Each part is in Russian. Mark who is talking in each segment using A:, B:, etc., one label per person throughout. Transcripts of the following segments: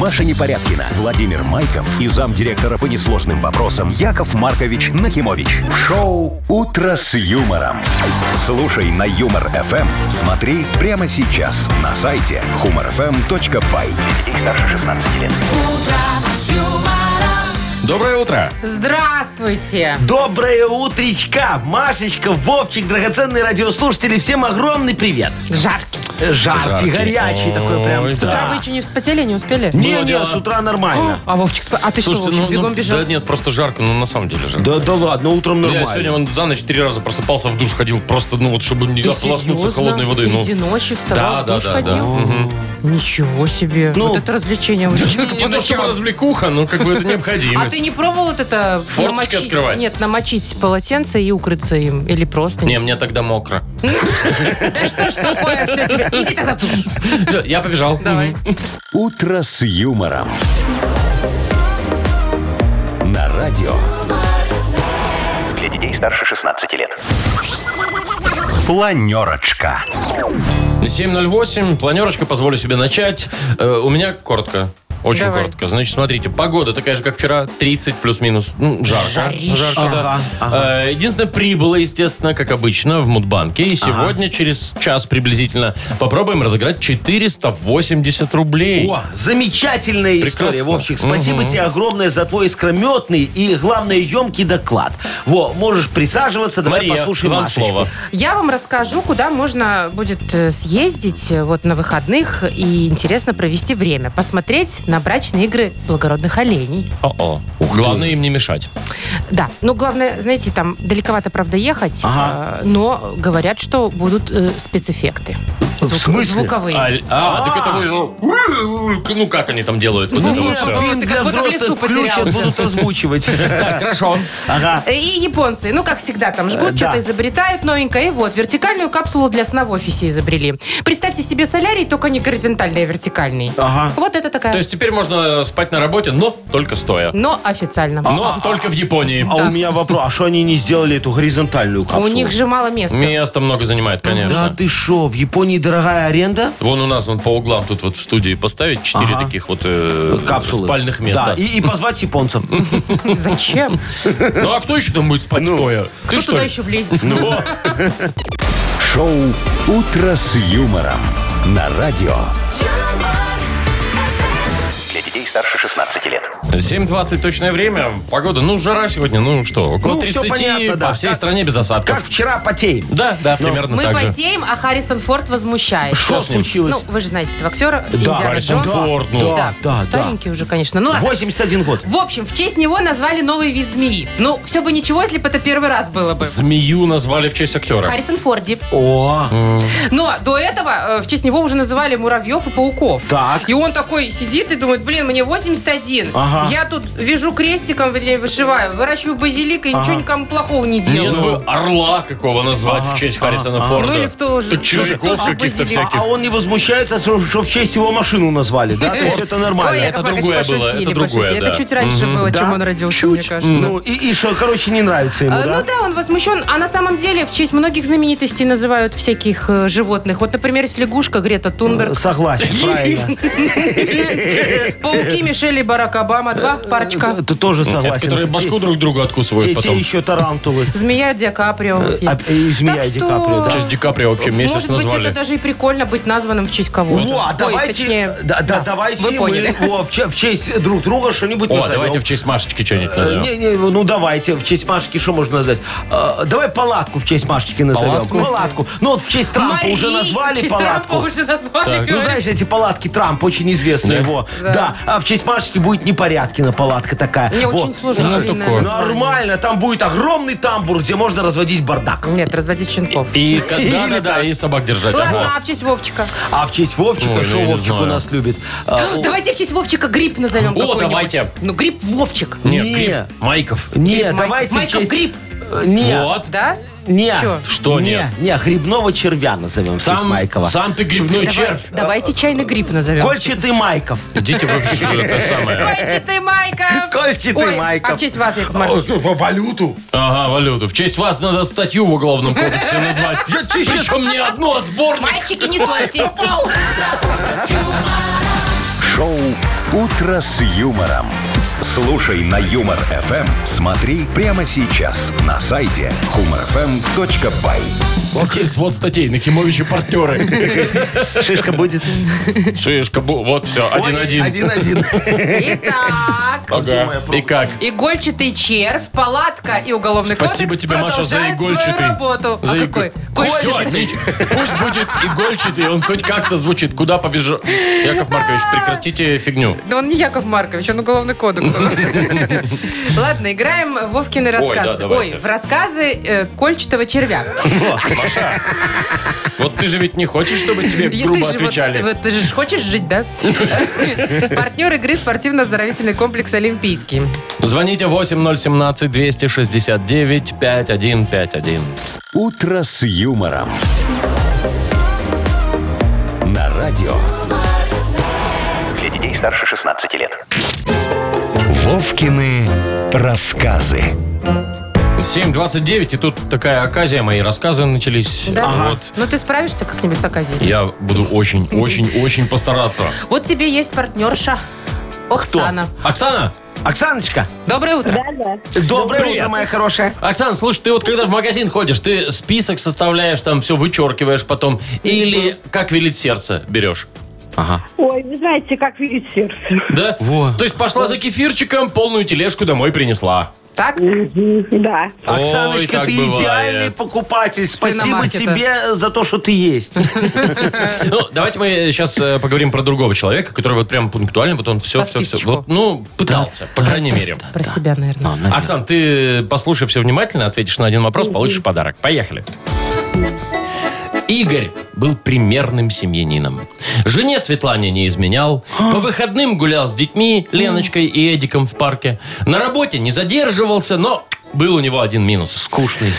A: Маша Непорядкина, Владимир Майков и замдиректора по несложным вопросам Яков Маркович Нахимович. В шоу «Утро с юмором». Слушай на «Юмор-ФМ». Смотри прямо сейчас на сайте humorfm.by. Для детей старше 16 лет.
B: Доброе утро.
C: Здравствуйте.
D: Доброе утречка, Машечка, Вовчик, драгоценные радиослушатели, всем огромный привет.
C: Жаркий.
D: Э, Жаркий,
B: Жаркий.
D: горячий такой прям.
B: Ой, Ну,
C: С утра вы
D: да.
C: еще не вспотели, не успели?
D: Не,
B: Было
D: не,
B: дело.
D: с утра нормально.
C: А Вовчик, спа- а ты что, Вовчик,
B: ну,
C: бегом
B: ну,
C: бежал?
B: да нет, просто жарко, ну на самом деле жарко.
D: Да, да ладно, утром
B: Ну, Я
D: нормально.
B: сегодня вон, за ночь три раза просыпался, в душ ходил, просто, ну вот, чтобы не
C: Ты
B: ополоснуться
C: серьезно?
B: холодной водой. Ну,
C: Среди ночи
B: да,
C: вставал, в
B: да,
C: душ
B: да, да.
C: ходил?
B: Мгм.
C: Ничего себе.
D: Ну.
C: вот это развлечение. у человека
B: Не
C: по
B: то, чтобы
C: ночам.
B: развлекуха, но как бы это необходимость.
C: А ты не пробовал вот это
B: Форточки
C: намочить?
B: открывать?
C: Нет, намочить полотенце и укрыться им. Или просто.
B: Не, мне тогда мокро.
C: Да что ж такое все тебе? Иди тогда.
B: Всё, Я побежал.
C: Давай.
A: «Утро с юмором». На радио. Для детей старше 16 лет. Планерочка.
B: 7.08, планерочка, позволю себе начать. Э, у меня коротко. Очень
C: Давай.
B: коротко. Значит, смотрите, погода такая же, как вчера, 30 плюс-минус. Ну, жарко.
C: Жарище.
B: Жарко, да.
D: Ага, ага.
B: Э, единственное, прибыло, естественно, как обычно, в Мудбанке. И сегодня, через час приблизительно, попробуем разыграть 480 рублей.
D: О, замечательная история,
B: Прекрасно.
D: Вовчик. Спасибо
B: Мгм.
D: тебе огромное за твой искрометный и, главное, емкий доклад. Во, можешь присаживаться, давай
B: Мария,
D: послушаем
B: вам
D: Машечку.
B: слово.
C: Я вам расскажу, куда можно будет э, съездить э, вот на выходных и интересно провести время. Посмотреть на брачные игры благородных оленей.
B: О-о. Главное им не мешать.
C: Да, но главное, знаете, там далековато, правда, ехать,
D: Ага.
C: э, но говорят, что будут э, спецэффекты.
D: В смысле?
C: Звуковые.
B: А, а, так это вы, ну, ну, как они там делают? Вот это вот
D: Нет,
B: все.
D: Ну, фильм
C: Ты
D: для
C: как будто в лесу
D: взрослых включат,
C: потерялся.
D: будут озвучивать.
B: Так, хорошо.
D: Ага.
C: И японцы, ну, как всегда, там жгут,
D: Э, да.
C: что-то изобретают новенькое. И вот, вертикальную капсулу для сна в офисе изобрели. Представьте себе солярий, только не горизонтальный, а вертикальный.
D: Ага.
C: Вот это такая.
B: То есть теперь можно спать на работе, но только стоя.
C: Но официально.
B: Но только в Японии.
D: А у меня вопрос, а что они не сделали эту горизонтальную
C: А У
D: капсулу?
C: них же мало места.
B: Место много занимает,
D: Да
B: конечно.
D: ты шо, в Японии дорогая аренда?
B: Вон у нас вон по углам тут вот в студии поставить четыре
D: Ага.
B: таких вот э,
D: Капсулы.
B: спальных места.
D: Да, и, и позвать японцев.
C: Зачем?
B: Ну а кто еще там будет спать
D: Ну,
B: стоя? Ты
C: Кто
B: что
C: туда
B: ли?
C: еще влезет?
B: Ну вот.
A: Шоу «Утро с юмором» на радио. Для детей старше 16 лет.
B: 7.20 точное время. Погода, ну жара сегодня, ну что, около
D: Ну, всё
B: 30
D: понятно, да.
B: по всей
D: Как-
B: стране без осадков.
D: Как Ну, вчера потеем.
B: Да, да, примерно
C: Мы
B: так же.
C: потеем, а Харрисон Форд возмущается.
B: Что с ним?
D: случилось?
C: Ну, вы же знаете этого актера. Индиана
B: Харрисон
C: Джонс.
B: Форд, ну.
D: Да, да, да.
C: Старенький уже, конечно. Ну ладно.
D: 81 год.
C: В общем, в честь него назвали новый вид змеи. Ну, все бы ничего, если бы это первый раз было бы.
B: Змею назвали в честь актера.
C: Харрисон Форди.
D: О, а,
C: Но до этого э, в честь него уже называли муравьев и пауков.
D: Так.
C: И он такой сидит и думает, блин, мне 81.
D: Ага.
C: Я тут вяжу крестиком, вернее, вышиваю, выращиваю базилик и ничего никому плохого не
D: ну
B: Нет
C: делаю.
B: бы ну орла какого назвать в честь Харрисона Форда.
C: Ну или в то же-
B: Тут
C: тот
B: чужаков
C: же
B: каких-то
C: базилик.
B: всяких.
D: а он не возмущается, что что в честь его машину назвали, да? То есть это
C: Ой,
D: нормально.
C: Яков
B: Это
C: Маркович,
B: другое было,
C: пошутили,
B: это другое,
C: пошутили.
B: да.
C: Это чуть раньше было, чем
D: Да?
C: он родился,
D: Чуть.
C: мне кажется.
D: Ну, и, и что, короче, не нравится ему,
C: А,
D: да?
C: Ну да, он возмущен. А на самом деле в честь многих знаменитостей называют всяких э, животных. Вот, например, есть лягушка Грета
D: Э,
C: Тунберг,
D: Согласен, правильно. э,
C: пауки Мишель и Барак Обама, два парочка.
D: Ты тоже
B: Это
D: согласен.
B: которые башку друг другу
D: Те-
B: откусывают
D: те- Те
B: потом.
D: еще тарантулы.
C: Змея Ди Каприо. вот есть.
D: А, И змея
C: Так
D: Ди
C: что-
D: Каприо,
B: В
D: да.
B: честь Ди Каприо вообще месяц
C: Может быть,
B: назвали.
C: это даже и прикольно быть названным в честь кого-то.
D: Во,
C: Ой,
D: давайте,
C: точнее,
D: да, да, давайте
C: вы
D: мы,
C: поняли.
D: о, в, че- в честь друг друга что-нибудь
B: О,
D: назовем.
B: давайте в честь Машечки что-нибудь
D: Э,
B: назовем.
D: Не, не, ну давайте, в честь Машки что можно назвать? Э, давай палатку в честь Машечки назовем.
B: Палатку? В смысле?
D: Палатку. Ну вот в честь Трампа
C: Марии,
D: уже
C: в
D: назвали
C: честь
D: палатку.
C: Трампа уже назвали,
B: Так. Ну,
D: Ну
C: говорю.
D: знаешь, эти палатки Трамп очень
B: Да?
D: известный его. Да. А в честь Машечки будет непорядкина палатка такая.
C: Мне
D: Во.
C: очень сложно.
B: Ну,
C: длинное
B: такое.
C: название.
D: Нормально, там будет огромный тамбур, где можно разводить бардак.
C: Нет, разводить щенков.
B: И да, да, да, и собак держать.
C: Ладно,
B: Ага.
C: а в честь Вовчика.
D: А в честь Вовчика,
B: Ой,
D: что
B: ну, я не
D: Вовчик у
B: знаю.
D: нас любит? Э,
C: Давайте в честь Вовчика гриб назовем
B: О,
C: какой-нибудь.
B: давайте.
C: Ну, гриб Вовчик.
B: Нет,
D: не.
B: Гриб, Майков.
D: Не,
C: Майк-
D: давайте в
C: Майков,
D: честь...
C: гриб.
D: Э, Не,
B: Вот.
C: Да?
D: не.
C: Чё?
B: Что
D: не,
B: нет?
D: Не, грибного червя назовем в честь
B: Сам,
D: Майкова.
B: сам ты грибной червь.
C: Давайте чайный гриб назовем.
D: Кольчатый Майков.
B: Идите вы в жир, это самое.
C: Кольчатый Майков!
D: Кольчатый
C: Ой,
D: Майков.
C: А в честь вас, Яков Маркович.
D: валюту?
B: Ага, валюту. В честь вас надо статью в Уголовном кодексе назвать. Причем не одну, а сборник.
C: Мальчики, не ссорьтесь.
A: Шоу «Утро с юмором». Слушай на Юмор ФМ. Смотри прямо сейчас на сайте humorfm.by.
B: Вот есть вот статей, Нахимович и партнеры.
D: Шишка будет.
B: Шишка, бу- вот все, один-один.
D: Один-один.
C: Итак,
B: Ага. И как?
C: игольчатый червь, палатка и уголовный
B: Спасибо
C: кодекс
B: тебе, Маша, за
C: продолжают
B: игольчатый.
C: свою работу.
B: За
C: а
B: иголь-
C: какой?
B: Всё, отлично. Пусть будет игольчатый, он хоть как-то звучит. Куда побежал? Яков Маркович, прекратите фигню.
C: Да он не Яков Маркович, он уголовный кодекс. Ладно, играем в Вовкины
B: да,
C: рассказы.
B: давайте.
C: Ой, в рассказы э, кольчатого червя.
B: Вот, Маша, вот ты же ведь не хочешь, чтобы тебе
C: Я-
B: грубо
C: ты же вот-
B: отвечали.
C: вот Ты же хочешь жить, да? Партнер игры спортивно-оздоровительный комплекс «Олимпийский».
B: Звоните 8017-269-5151.
A: «Утро с юмором». На радио.
E: Для детей старше 16 лет.
A: Вовкины рассказы.
B: 7.29, и тут такая оказия, мои рассказы начались.
C: Да?
B: Вот.
C: Ну ты справишься как-нибудь с оказией?
B: Я буду очень, очень, очень постараться.
C: Вот тебе есть партнерша. Оксана.
B: Оксана,
D: Оксаночка,
C: Доброе утро.
D: доброе
B: Привет.
D: утро, моя хорошая.
B: Оксан, слушай, ты вот когда в магазин ходишь, ты список составляешь, там все вычеркиваешь потом, или как велит сердце берешь,
F: Ой, вы знаете, как видит сердце.
B: да?
D: Во.
B: То есть пошла за кефирчиком, полную тележку домой принесла.
C: Так?
F: Да.
B: Ой,
D: Оксаночка,
B: как
D: ты
B: бывает.
D: идеальный покупатель. Спасибо
C: Свиномаркета.
D: тебе за то, что ты есть.
B: Ну, давайте мы сейчас поговорим про другого человека, который вот прям пунктуально, вот он все,
C: По
B: все, все,
C: списочку.
B: вот, ну, пытался, по крайней мере.
C: Про себя,
B: А,
C: наверное.
B: Оксан, ты послушай все внимательно, ответишь на один вопрос, получишь подарок. Поехали. Игорь был примерным семьянином. Жене Светлане не изменял. По выходным гулял с детьми, Леночкой и Эдиком в парке. На работе не задерживался, но был у него один минус. Скучный.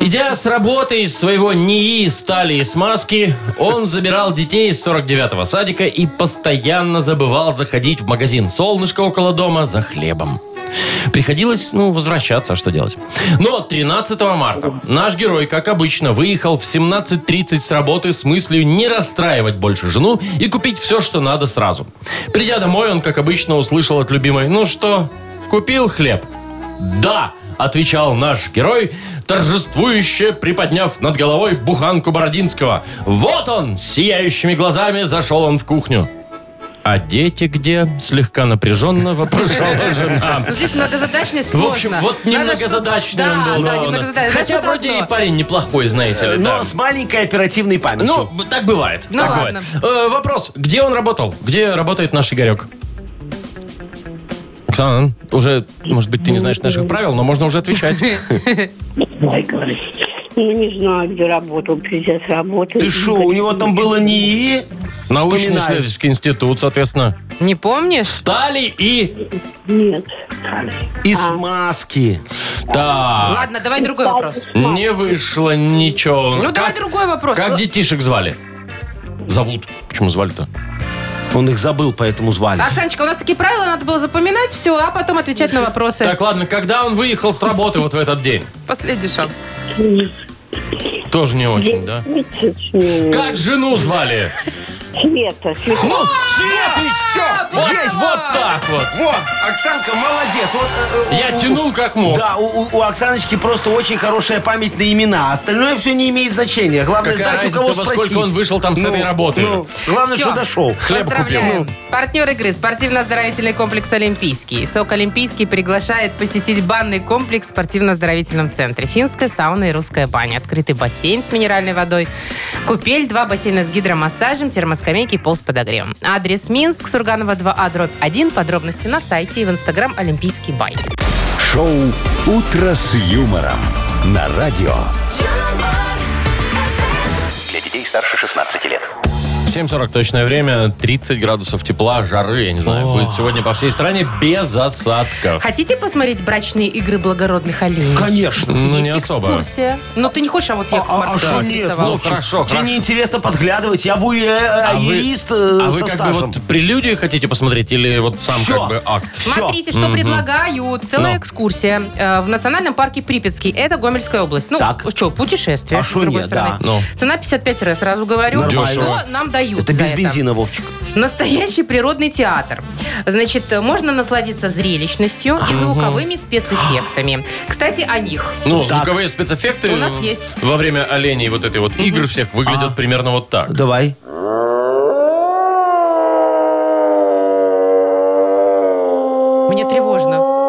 B: Идя с работы из своего НИИ стали и смазки, он забирал детей из 49-го садика и постоянно забывал заходить в магазин «Солнышко» около дома за хлебом. Приходилось, ну, возвращаться, а что делать? Но 13 марта наш герой, как обычно, выехал в 17.30 с работы с мыслью не расстраивать больше жену и купить все, что надо сразу. Придя домой, он, как обычно, услышал от любимой, ну что, купил хлеб? Да, отвечал наш герой, торжествующе приподняв над головой буханку Бородинского. Вот он, с сияющими глазами зашел он в кухню. А дети где? Слегка напряженно вопрошала жена.
C: Ну, здесь многозадачность
B: В
C: сложно.
B: общем, вот
C: Надо,
B: немногозадачный
C: чтоб-
B: он был. у
C: Да, да,
B: нас.
C: немногозадачный.
B: Хотя
C: Значит,
B: вроде и
C: одно.
B: парень неплохой, знаете. да.
D: Но с маленькой оперативной
B: Ну,
D: памятью.
B: б- так бывает.
C: Ну
B: так
C: ладно.
B: бывает. Э, вопрос, где он работал? Где работает наш Игорек? Оксана, ну, уже, может быть, ты не знаешь наших правил, но можно уже отвечать.
F: Ой, говорит. Ну, не знаю, где работал, придет работать.
D: Ты шо, у него там было не Вспоминаю.
B: Научно-исследовательский институт, соответственно.
C: Не помнишь?
B: Стали и...
F: Нет.
D: и смазки.
B: Так,
C: Ладно, давай другой вопрос.
B: не вышло ничего.
C: Ну, давай
B: Как-
C: другой вопрос.
B: Как
C: Л-
B: детишек звали? Зовут. Почему звали-то?
D: Он их забыл, поэтому звали.
C: Оксаночка, у нас такие правила, надо было запоминать все, а потом отвечать на вопросы.
B: Так, ладно, когда он выехал с работы вот в этот день?
C: Последний шанс.
B: Тоже не очень, да? Как жену звали?
F: Света, Света.
B: Ну, Свет, и
D: все,
B: Вот, вот так вот.
D: Вот, Оксанка, молодец. Вот, э, э,
B: Я
D: у-
B: тянул как мог.
D: Да, у, у- у Оксаночки просто очень хорошая память на имена. а Остальное все не имеет значения. Главное
B: Какая
D: знать, у
B: разница,
D: кого
B: во
D: спросить.
B: сколько он вышел там с этой работы?
D: ну, главное,
C: Всё.
D: что дошел.
B: Хлеб
C: Поздравляем.
D: Ну.
C: Партнер игры спортивно-оздоровительный комплекс «Олимпийский». СОК «Олимпийский» приглашает посетить банный комплекс в спортивно-оздоровительном центре. Финская сауна и русская баня. Открытый бассейн с минеральной водой. Купель, два бассейна с гидромассажем, термоскамейки и пол с подогревом. Адрес Минск, Сурганова 2А, дробь 1. Подробности на сайте и в инстаграм «Олимпийский бай».
A: Шоу «Утро с юмором» на радио.
E: Для детей старше 16 лет.
B: 7.40 точное время, 30 градусов тепла, жары, я не знаю, будет сегодня по всей стране без осадков.
C: Хотите посмотреть брачные игры благородных оленей?
D: Конечно.
B: Ну,
C: Есть
B: не особо.
C: экскурсия. Но ты не хочешь, а вот я
D: А, а, а что нет,
B: рисовал.
D: Вовчик?
B: Хорошо,
D: Тебе
B: хорошо.
D: неинтересно подглядывать. Я вуе-
B: А вы-
D: аерист э,
B: А вы
D: со
B: как бы
D: стажем.
B: вот прелюдию хотите посмотреть или вот сам
D: Всё.
B: как бы акт?
D: Всё.
C: Смотрите, что предлагают. Целая
B: Ну.
C: экскурсия э, в национальном парке Припятский. Это Гомельская область. Ну,
D: Так.
C: что, путешествие.
D: А
C: с
D: шо
C: другой
D: нет,
C: стороны.
D: да.
B: Ну.
C: Цена 55 раз, сразу говорю.
B: Нормально.
C: Что нам дают
D: Это
C: за
D: без бензина, Вовчик.
C: Настоящий природный театр. Значит, можно насладиться зрелищностью и звуковыми спецэффектами. Кстати, о них.
B: Ну,
D: Так.
B: звуковые спецэффекты
C: У нас есть.
B: во время оленей вот этой вот игр всех выглядят примерно вот так.
D: Давай.
C: Мне тревожно.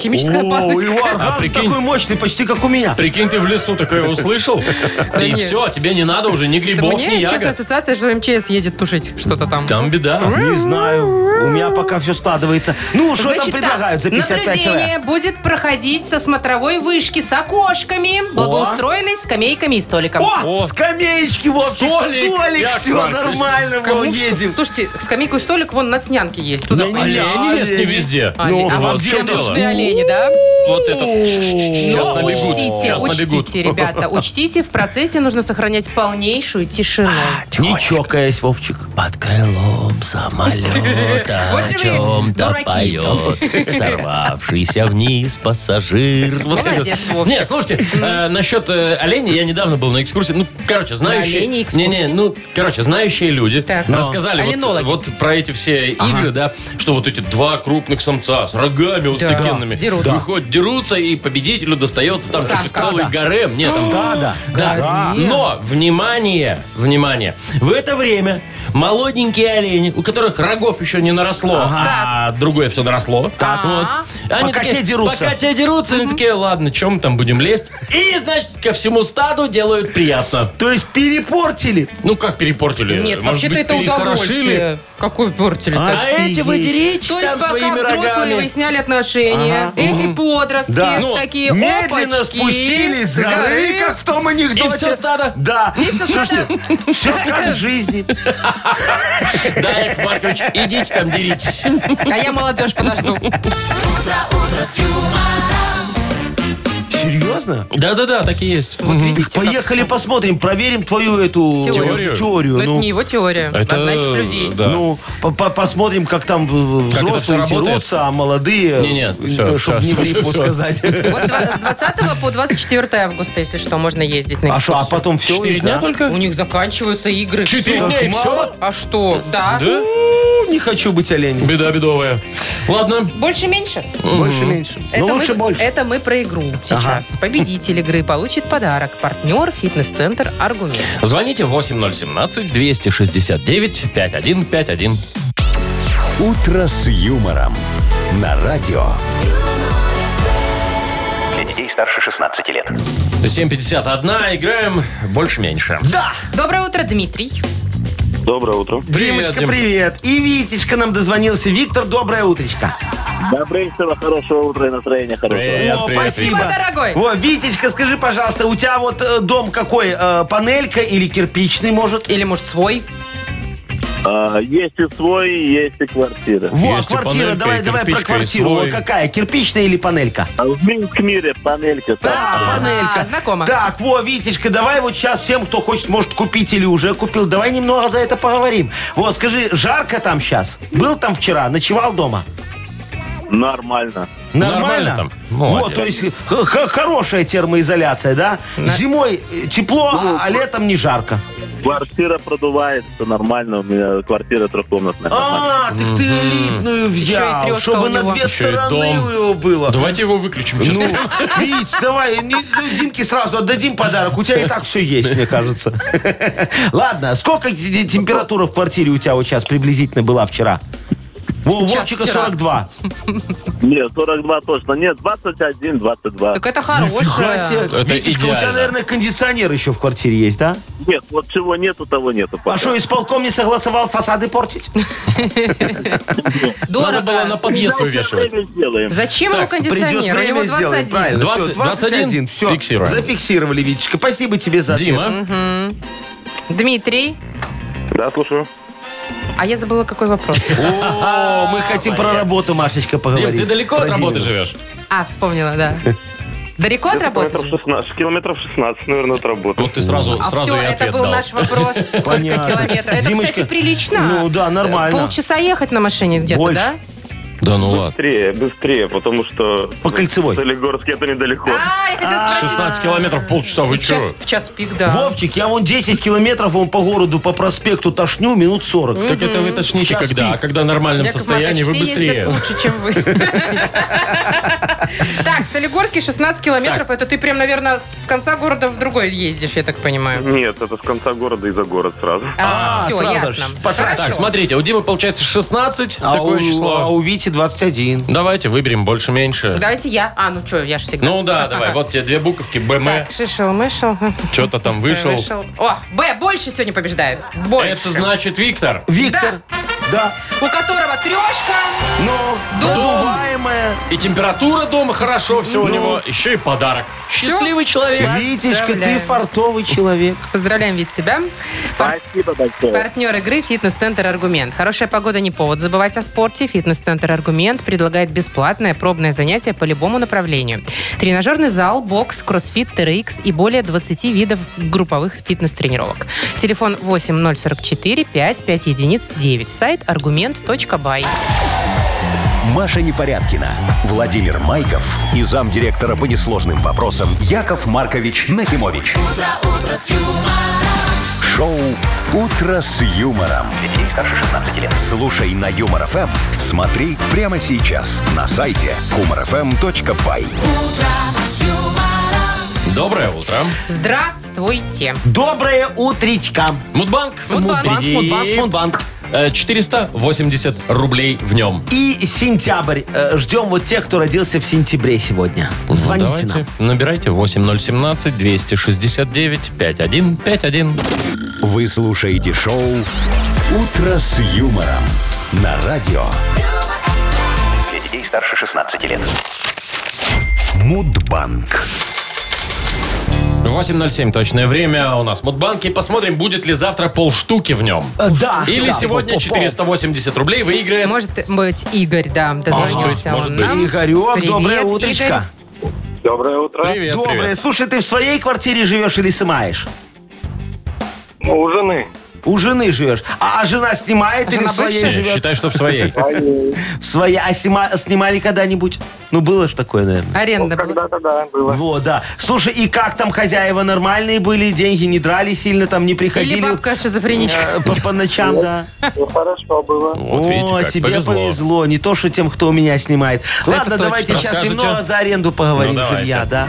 C: Химическая
D: у
C: опасность.
D: него
B: А
D: оргазм
B: прикинь.
D: такой мощный, почти как у меня.
B: Прикинь, ты в лесу такое услышал, и
C: нет.
B: все, тебе не надо уже ни
C: Да
B: грибов, ни
C: мне, честно, ну,
B: ягод.
C: ассоциация, что МЧС едет тушить что-то там.
B: Там беда.
D: Не знаю. У меня пока все складывается. Ну, что там
C: Значит, так,
D: предлагают за 55
C: Наблюдение
D: человек?
C: будет проходить со смотровой вышки с окошками, благоустроенной скамейками и столиком.
B: О.
D: О, скамеечки, Вовчик,
B: Столик,
D: столик,
B: Яков
D: все
B: Маркович.
D: нормально,
C: Кому
D: мы
C: что?
D: едем.
C: Слушайте, скамейку и столик вон на Снянке есть. Туда
D: Не-не-не,
C: пойдем.
B: Олени есть не везде.
C: А,
D: Ну,
C: а вам
B: вот в
C: где
B: чем дело.
C: нужны олени, да?
B: Вот это. Сейчас
C: Но
B: набегут.
C: учтите,
B: Сейчас набегут.
C: учтите, ребята, учтите, в процессе нужно сохранять полнейшую тишину.
D: Не чокаясь, Вовчик.
B: Под крылом самолета
C: Вот же вы, дураки.
B: сорвавшийся вниз пассажир. Вот
C: Молодец,
B: это.
C: Вовчик.
B: Не, слушайте, э, насчет э, оленей я недавно был на экскурсии. Ну, короче, знающие...
C: оленей экскурсии?
B: Не-не, ну, короче, знающие люди Ну,
C: Так. Но.
B: рассказали вот,
C: Оленологи.
B: вот про эти все игры, да, что вот эти два крупных самца с рогами вот
C: Да.
B: такенными
C: Дерутся.
B: выходят, дерутся, и победителю достается там
C: Самка.
B: короче, целый гарем. Нет, там
D: Да,
B: да.
C: Гарем.
B: Но, внимание, внимание. В это время молоденькие олени, у которых рогов еще не наросло, а другое все наросло. Вот. Они
D: Пока
B: такие,
D: те дерутся.
B: Пока те дерутся, они такие, ладно, чем мы там будем лезть? И, значит, ко всему стаду делают приятно.
D: То есть перепортили.
B: Ну, как перепортили?
C: Нет,
B: Может
C: вообще-то
B: быть,
C: это
B: перехорошили?
C: удовольствие. Какой портили
B: А эти вы деритесь
C: То есть
B: там
C: пока
B: своими
C: взрослые
B: рогами.
C: выясняли отношения,
D: Ага.
C: эти подростки
D: Да.
B: Ну,
C: такие
D: Медленно
C: опачки,
D: спустились с горы, как в том анекдоте.
B: И всё стадо.
D: Да.
C: И всё стадо.
D: Слушайте, все как в жизни.
B: Да, Яков Маркович, идите там деритесь.
C: А я молодежь подожду.
D: Серьезно?
B: Да-да-да, так и есть.
C: Вот видите,
D: Так
C: как-
D: поехали посмотрим, проверим твою эту э,
C: Теорию.
D: теорию.
C: Но это
D: ну.
C: не его теория.
B: Это,
C: Назначить людей.
B: да.
D: Ну, по- по- посмотрим, как там э,
B: Как это всё
D: взрослые
B: работает?
D: дерутся, а молодые,
B: Не-не, всё,
D: чтобы
B: всё,
D: не
B: всё,
D: гриппу
B: всё.
D: сказать.
C: Вот два- с 20 по 24 августа, если что, можно ездить на
D: А что, а
C: экскурсию.
D: потом все?
B: Четыре дня только?
C: У них заканчиваются игры.
B: а? Четыре
C: всё.
B: дня и все?
C: А что? Да.
B: Да?
D: а? Не хочу быть оленем.
B: Беда бедовая. Ладно,
C: Больше-меньше?
D: Больше-меньше.
C: Это
D: Но
C: мы-
D: Ну, лучше больше.
C: Это мы про игру сейчас. Победитель игры получит подарок. Партнер фитнес-центр «Аргумент».
B: Звоните 8017-269-5151.
A: «Утро с юмором» на радио.
E: Для детей старше 16 лет.
B: 751. Играем больше-меньше.
D: Да,
C: Доброе утро, Дмитрий.
G: Доброе утро.
D: Димочка,
B: Дим.
D: привет. И Витечка нам дозвонился. Виктор, доброе утречко.
G: Доброе утро, хорошего утра и настроения хорошего.
B: Привет,
D: О,
B: привет,
D: Ну, спасибо.
C: Спасибо, дорогой.
D: О, Витечка, скажи, пожалуйста, у тебя вот э, дом какой? Э, панелька или кирпичный, может?
C: Или, может, свой?
G: А, есть и свой, есть и квартира.
D: Во,
B: Есть и
D: квартира,
B: панелька,
D: давай,
B: и
D: давай про
B: кирпичка, и
D: квартиру. О,
B: свой.
D: какая, кирпичная или панелька?
G: А в Минском мире панелька.
C: Да.
G: там.
C: А,
D: Панелька.
C: знакомо.
D: Так, во, Витечка, давай вот сейчас всем, кто хочет, может купить или уже купил, давай немного за это поговорим. Вот, скажи, жарко там сейчас? Был там вчера, ночевал дома?
G: Нормально.
D: Нормально?
B: Нормально там?
D: Вот,
B: Молодец.
D: то есть х- х- хорошая термоизоляция, да? Зимой э, тепло, а- а летом не жарко.
G: Квартира продувается нормально. У меня квартира трехкомнатная. нормально.
D: А, так ты элитную
C: Еще и
D: взял,
C: трешка у
D: чтобы на
C: него.
D: две
B: Еще и
D: стороны
B: дом.
D: у него было.
B: Давайте его выключим сейчас.
D: Ну, Вить, давай, не- ну, Димке сразу отдадим подарок. У тебя и так все есть, мне кажется. Ладно, сколько т- температура в квартире у тебя вот сейчас приблизительно была вчера? У
C: Сейчас,
D: Вовчика
C: вчера.
D: 42.
G: Нет, 42 точно. Нет, 21, 22.
C: Так это
D: Нифига
C: хорошее.
D: себе.
B: Это
D: Витечка, у тебя,
B: идеально.
D: наверное, кондиционер еще в квартире есть, да?
G: Нет, вот чего нету, того нету.
D: А что, исполком не согласовал фасады портить?
C: Ну,
B: Надо было на
C: Дорого.
B: подъезд вывешивать.
G: Время сделаем.
C: Зачем ему кондиционер? У него 21.
D: правильно.
B: 20, 21,
D: Все,
B: фиксируем.
D: зафиксировали, Витечка. Спасибо тебе за ответ.
B: Дима,
C: Дмитрий,
G: Да, слушаю.
C: а я забыла, какой вопрос.
D: О, мы хотим про работу, Машечка, поговорить.
B: Дим, ты далеко
D: Про
B: от работы
D: Диму.
B: живешь?
C: А, вспомнила, да. Далеко от работы?
G: 16, километров 16, наверное, от работы.
B: Вот ты сразу,
C: А
B: сразу
C: все,
B: и
C: это
B: ответ
C: был
B: дал.
C: наш вопрос. Сколько
D: Понятно.
C: километров? Это,
D: Димочка,
C: кстати, прилично.
D: ну да, нормально.
C: Полчаса ехать на машине где-то,
D: Больше.
C: да?
B: Да ну ладно.
G: Быстрее, быстрее, потому что...
D: По Кольцевой.
G: Солигорск это недалеко.
C: А, я хотела спросить.
B: 16 километров полчаса, вы
C: В час-
B: че?
C: В час пик, да.
D: Вовчик, я вон 10 километров вон по городу по проспекту тошню минут 40.
C: Ну,
B: Так это вы тошните
D: Сейчас
B: когда?
D: пик.
B: А когда в нормальном
C: Яков
B: состоянии,
C: Маркович,
B: вы
C: все
B: быстрее.
C: ездят лучше, чем вы. Так, в Солигорске 16 километров. Это ты прям, наверное, с конца города в другой ездишь, я так понимаю.
G: Нет, это с конца города и за город сразу.
C: А, все,
D: сразу
C: ясно.
D: ж по трассе.
B: Так, смотрите, у Димы получается 16, такое
D: у- А
B: число.
D: у Вити 21.
B: Давайте выберем больше-меньше.
C: Давайте я. А, ну что, я же всегда.
B: Ну да, давай, вот тебе две буковки, БМ.
C: Так, шишел, мышел.
B: Чё-то А там вышел.
C: О, Б больше сегодня побеждает. Больше.
B: Это значит Виктор.
D: Виктор. Да.
C: У которого трешка.
D: Но
C: Дом.
D: надуваемая.
B: И температура дома хорошо, все у него. Еще и подарок. Счастливый человек.
D: Витечка, ты
C: Поздравляю.
D: фартовый человек.
C: Поздравляем, ведь тебя. Пар-
G: Спасибо большое.
C: Партнер игры «Фитнес-центр Аргумент». Хорошая погода не повод забывать о спорте. «Фитнес-центр Аргумент» предлагает бесплатное пробное занятие по любому направлению. Тренажерный зал, бокс, кроссфит, TRX и более 20 видов групповых фитнес-тренировок. Телефон 8044 55 единиц 9. Сайт аргумент.бай.
A: Маша Непорядкина, Владимир Майков и замдиректора по несложным вопросам Яков Маркович Нахимович. Шоу Утро с юмором. Детей старше 16 лет. Слушай на юмор ФМ. Смотри прямо сейчас на сайте humorfm.by.
B: Доброе утро.
C: Здравствуйте.
D: Доброе утречка.
B: Мудбанк.
C: Мудбанк,
B: Впереди.
D: Мудбанк, Мудбанк.
B: Э, 480 рублей в нем.
D: И сентябрь. Э, Ждем вот тех, кто родился в сентябре сегодня. Звоните
B: Ну, давайте,
D: нам.
B: набирайте 8017 269 5151.
A: Вы слушаете шоу Утро с юмором на радио
E: Для детей старше 16 лет.
A: Мудбанк.
B: 8.07 точное время у нас в Мудбанке. Посмотрим, будет ли завтра полштуки в нем.
D: Э, Да.
B: Или
D: да.
B: сегодня
D: Пол- пол-
B: 480 рублей выиграет.
C: Может быть, Игорь, да, дозвонился
B: может
C: он
B: быть.
C: нам.
D: Игорек,
C: Привет,
D: доброе
C: Игорь.
D: утречко.
G: Доброе утро.
B: Привет,
D: доброе.
B: привет.
D: Слушай, ты в своей квартире живешь или снимаешь?
G: Ну, у жены.
D: У жены живешь. А, а жена снимает или
C: жена
D: в своей
C: бывшая?
D: живет?
B: Э, Считай, что в своей.
D: В своей. А снима- снимали когда-нибудь? Ну, было ж такое, наверное.
C: Аренда была.
G: да, было.
D: Вот, да. Слушай, и как там хозяева нормальные были, деньги не драли сильно, там не приходили
C: Или бабка шизофреничка.
D: э, по, по ночам, да.
G: хорошо было.
B: Вот видите,
D: О,
B: как
D: тебе
B: повезло.
D: повезло. Не то, что тем, кто у меня снимает. Ладно,
B: точно.
D: давайте сейчас
B: Расскажете?
D: немного за аренду поговорим,
B: Ну, давайте.
D: жилья, да.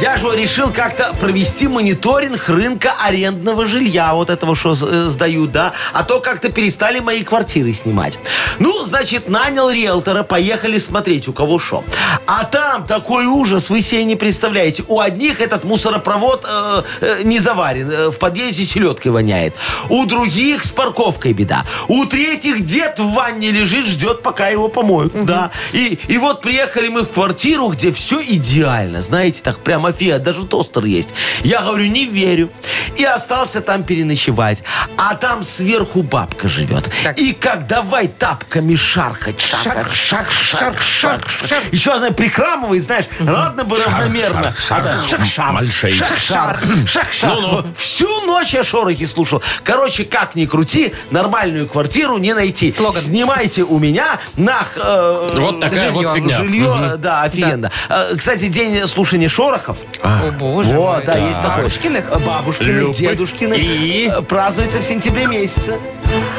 D: Я же решил как-то провести мониторинг рынка арендного жилья, вот этого, что э, сдают, да. А то как-то перестали мои квартиры снимать. Ну, значит, нанял риэлтора, поехали смотреть, у кого шо. А там такой ужас, вы себе не представляете. У одних этот мусоропровод э, э, не заварен, э, в подъезде селедкой воняет. У других с парковкой беда. У третьих дед в ванне лежит, ждет, пока его помоют. Да. И, и вот приехали мы в квартиру, где все идеально. Знаете, так прямо фея, даже тостер есть. Я говорю, не верю. И остался там переночевать. А там сверху бабка живет.
C: Так.
D: И как давай тапками шархать. Шаг, шаг, шаг, шаг, шаг. Еще она прикрамывает, знаешь, ладно бы равномерно.
B: шар,
D: А да,
B: шар,
D: Шаг-шар.
B: мальшей.
D: Шаг-шар. Шаг-шар.
B: Ну-ну.
D: Всю ночь я шорохи слушал. Короче, как ни крути, нормальную квартиру не найти.
C: Слоган.
D: Снимайте у меня на... э,
B: Вот такая
C: Жильё.
B: вот фигня.
D: Жилье, да, офигенно. Э, Кстати, день слушания шорохов.
C: О, боже
D: О,
C: мой.
D: А. да, есть такое.
C: Бабушкиных?
D: Бабушкиных,
B: Любы.
D: дедушкиных.
B: И?
D: Э, Празднуется в сентябре месяце.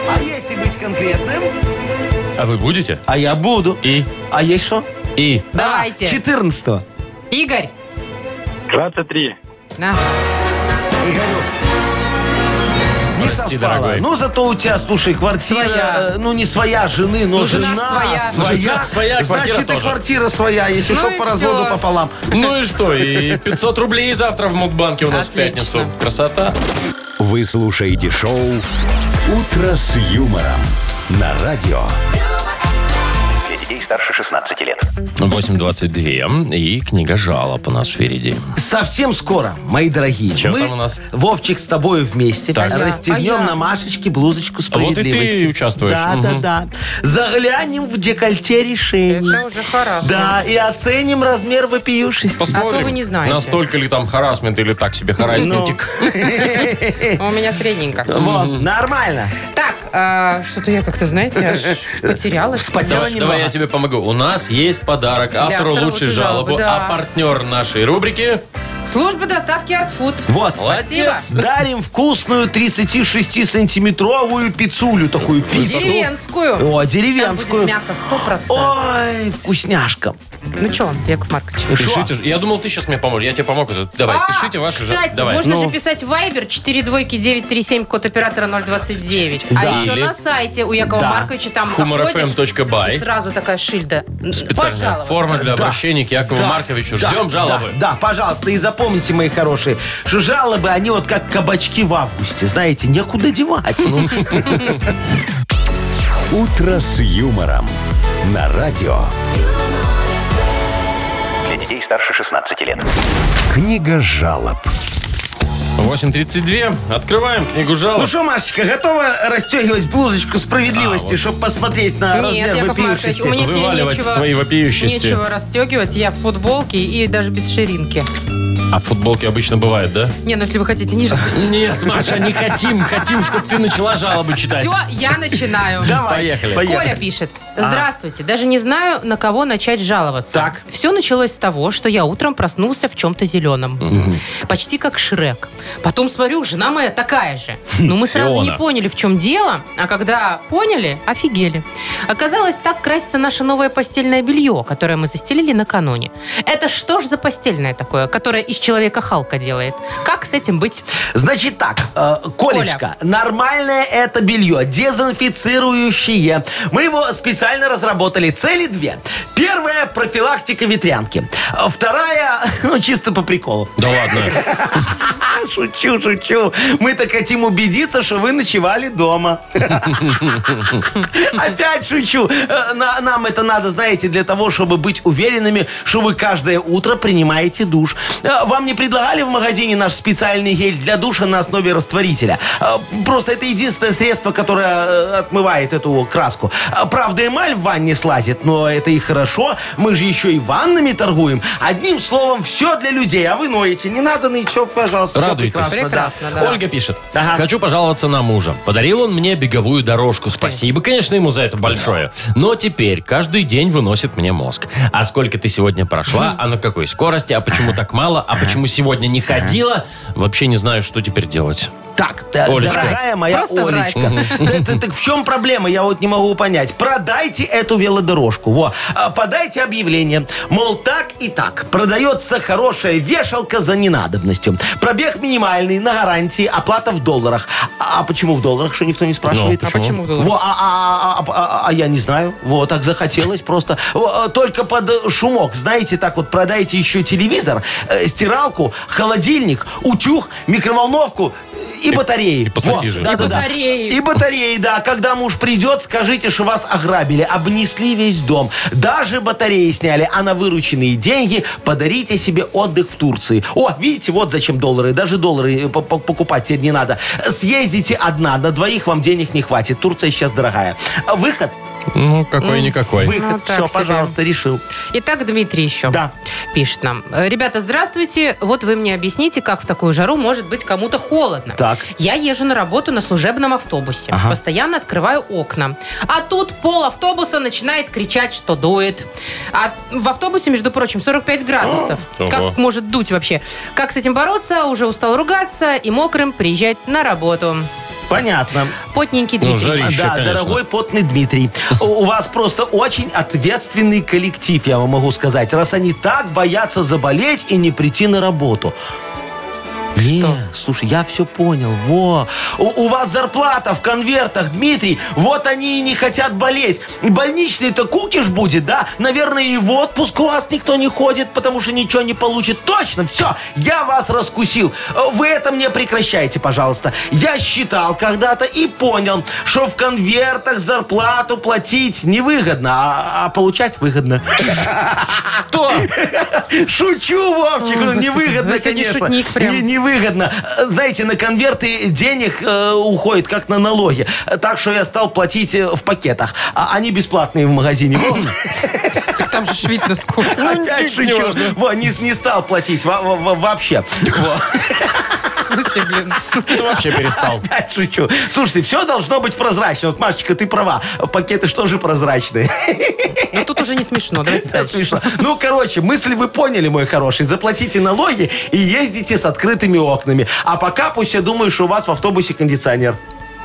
D: А если быть конкретным?
B: А вы будете?
D: А я буду.
B: И?
D: А есть что?
B: И?
C: Давайте.
D: 14
C: Игорь.
G: 23.
C: На.
D: Не
B: Прости,
D: совпало.
B: дорогой.
D: Ну, зато у тебя, слушай, квартира,
C: Своя.
D: э, ну, не своя жены, но
C: Ну, жена
D: жена,
C: своя.
B: Жена своя, квартира
D: Значит, и
B: тоже.
D: квартира своя, если
C: Ну
D: что,
C: и
D: по разводу
C: всё.
D: пополам.
B: Ну и что? И 500 рублей завтра в Мудбанке у нас
C: Отлично.
B: в пятницу. Красота.
A: Вы слушаете шоу Утро с юмором на радио.
E: Для детей старше 16 лет.
B: 8.22. И книга жалоб у нас впереди.
D: Совсем скоро, мои дорогие,
B: Чё
D: мы,
B: там у нас?
D: Вовчик, с тобой вместе
B: Так.
C: А я-
D: расстегнем
C: а я-
D: на Машечке
B: А
D: блузочку
B: вот и ты
D: справедливости.
B: участвуешь.
D: Да,
B: Мгм.
D: да, да. Заглянем в декольте решений.
C: Это уже хорошо.
D: Да, и оценим размер вопиюшести.
C: А то вы не знаете.
B: Настолько ли там харасмент или так
D: Ну,
B: себе харасментик.
C: У меня средненько.
D: Вот, нормально.
C: Так, а, что-то я как-то, знаете, аж потерялась.
D: Вспотела
B: Давай, давай я тебе помогу. У нас есть подарок автору
C: автора
B: лучшей
C: лучшей жалобы,
B: жалобы,
C: да.
B: а партнер нашей рубрики
C: Служба доставки от Food.
D: Вот.
C: Спасибо.
B: Молодец.
D: Дарим вкусную 36-сантиметровую пиццулю, такую пиццу.
C: Деревенскую.
D: О,
C: Там будет
D: деревенскую.
C: мясо 100%.
D: Ой, вкусняшка.
C: Ну что, Яков Маркович?
B: Пишите. ж- Я думал, ты сейчас мне поможешь. Я тебе помог. Давай,
C: А,
B: пишите ваши жа-
C: Кстати,
B: Давай.
C: можно
D: Ну.
C: же писать Viber 4 двойки 937, код оператора 029.
D: Да.
C: А еще
B: Или-
C: на сайте у Якова
D: Да.
C: Марковича там заходишь, и
B: humorfm.by
C: сразу такая шильда. М,
B: Специальная
C: пожаловаться.
B: форма для обращения к Якову
D: Да,
B: Марковичу.
D: да,
B: Ждем жалобы.
D: Да, да, пожалуйста, и запомните, мои хорошие, что жалобы, они вот как кабачки в августе, знаете, некуда девать. Ну
A: «Утро с юмором» на радио.
E: Для детей старше 16 лет.
A: Книга жалоб.
B: 8.32. Открываем книгу
D: Ну
B: жалоб.
D: что, Машечка, готова расстегивать блузочку справедливости, чтобы посмотреть на
C: Нет,
D: размер
C: Яков Маркович, у
D: вопиюшести?
C: меня сегодня
B: Вываливать
C: нечего,
B: свои вопиющести.
C: нечего расстегивать. Я в футболке и даже без ширинки.
B: А футболки обычно бывает, да?
C: Не, ну если вы хотите ниже спустить.
B: Нет, Маша, не хотим. Хотим, чтобы ты начала жалобы читать.
C: Все, я начинаю.
D: Давай,
B: Поехали.
C: Коля пишет. Здравствуйте. Даже не знаю, на кого начать жаловаться. Так. Все началось с того, что я утром проснулся в чем-то зеленом. Почти как Шрек. Потом смотрю, жена моя такая же. Но мы сразу не
B: Фиона.
C: поняли, в чем дело. А когда поняли, офигели. Оказалось, так красится наше новое постельное белье, которое мы застелили накануне. Это что ж за постельное такое, которое из человека Халка делает? Как с этим быть?
D: Значит так, э, Колечка, нормальное это белье, дезинфицирующее. Мы его специально разработали. Цели две. Первая – профилактика ветрянки. А Вторая – ну, чисто по приколу.
B: Да ладно.
D: А, шучу, шучу. Мы-то хотим убедиться, что вы ночевали дома. Опять шучу. Э, на- Нам это надо, знаете, для того, чтобы быть уверенными, что вы каждое утро принимаете душ. Э, Вам не предлагали в магазине наш специальный гель для душа на основе растворителя? Э, Просто это единственное средство, которое э, отмывает эту краску. А, Правда, эмаль в ванне слазит, но это и хорошо. Мы же еще и ваннами торгуем. Одним словом, все для людей. А вы ноете. Не надо ныть. Все, пожалуйста. всё
B: Радуйтесь.
D: прекрасно, да.
C: Прекрасно, да.
B: Ольга пишет.
D: Ага.
B: Хочу пожаловаться на мужа. Подарил он мне беговую дорожку. Спасибо, конечно, ему за это большое. Но теперь каждый день выносит мне мозг. А сколько ты сегодня
C: Хм.
B: прошла? А на какой скорости? А почему так мало? А почему сегодня не ходила? Вообще не знаю, что теперь делать.
D: Так, да,
B: Олечка.
D: дорогая моя
C: Просто врать.
D: Олечка. Да, да, Так в чем проблема, я вот не могу понять. Продайте эту велодорожку. Во. А, Подайте объявление. Мол, так и так. Продается хорошая вешалка за ненадобностью. Пробег минимальный, на гарантии, оплата в долларах. А а почему в долларах, что никто не спрашивает?
B: Ну,
C: А почему в долларах?
D: Во, а, а- а- а- а- а я не знаю. Вот, так захотелось просто. Во, а, Только под э, шумок, знаете, так вот продайте еще телевизор, э, стиралку, холодильник, утюг, микроволновку и, батареи.
B: и пассатижи.
D: Во,
B: И
D: да-да-да.
C: батареи.
D: И батареи, да. Когда муж придет, скажите, что вас ограбили, обнесли весь дом. Даже батареи сняли, а на вырученные деньги подарите себе отдых в Турции. О, видите, вот зачем доллары. Даже доллары э, по- по- покупать теперь не надо. Съездите одна, на двоих вам денег не хватит. Турция сейчас дорогая. А Выход?
B: Ну, какой-никакой.
D: Выход.
C: Ну, так
D: Все,
C: себе.
D: пожалуйста, решил.
C: Итак, Дмитрий еще
D: Да.
C: пишет нам. «Э, Ребята, здравствуйте. Вот вы мне объясните, как в такую жару может быть кому-то холодно.
D: Так.
C: Я езжу на работу на служебном автобусе.
D: Ага.
C: Постоянно открываю окна. А тут пол автобуса начинает кричать, что дует. А в автобусе, между прочим, 45 градусов.
B: Ого.
C: Как может дуть вообще? Как с этим бороться? Уже устал ругаться и мокрым приезжать на работу.
D: Понятно.
C: Потненький
B: Ну,
C: Дмитрий.
B: жарище,
D: да,
B: конечно.
D: дорогой потный Дмитрий, у у вас просто очень ответственный коллектив, я вам могу сказать, раз они так боятся заболеть и не прийти на работу. Не, слушай, я все понял. Во. У, у вас зарплата в конвертах, Дмитрий. Вот они и не хотят болеть. Больничный-то кукиш будет, да? Наверное, и в отпуск у вас никто не ходит, потому что ничего не получит. Точно, все, я вас раскусил. Э, Вы это мне прекращайте, пожалуйста. Я считал когда-то и понял, что в конвертах зарплату платить невыгодно, а, а получать выгодно. Шучу,
C: Ой,
D: Вовчик, ну,
C: господи,
D: невыгодно,
C: вы сегодня
D: ну, конечно.
C: шутник прям.
D: Не- невыгодно. Э, Знаете, на конверты денег э, уходит, как на налоги. Э, Так что я стал платить э, в пакетах. А они бесплатные в магазине. Во,
C: Так там же ж видно сколько. Ну,
D: Опять шучу. Во, не, не стал платить во- во- во- вообще. Во.
C: В смысле, блин.
B: Ты вообще перестал.
D: Опять шучу. Слушайте, все должно быть прозрачно. Вот, Машечка, ты права. Пакеты что же прозрачные?
C: Ну тут уже не смешно. Давайте
D: Это
C: дальше.
D: смешно. Ну, короче, мысль вы поняли, мой хороший. Заплатите налоги и ездите с открытыми окнами. А пока пусть я думаю, что у вас в автобусе кондиционер.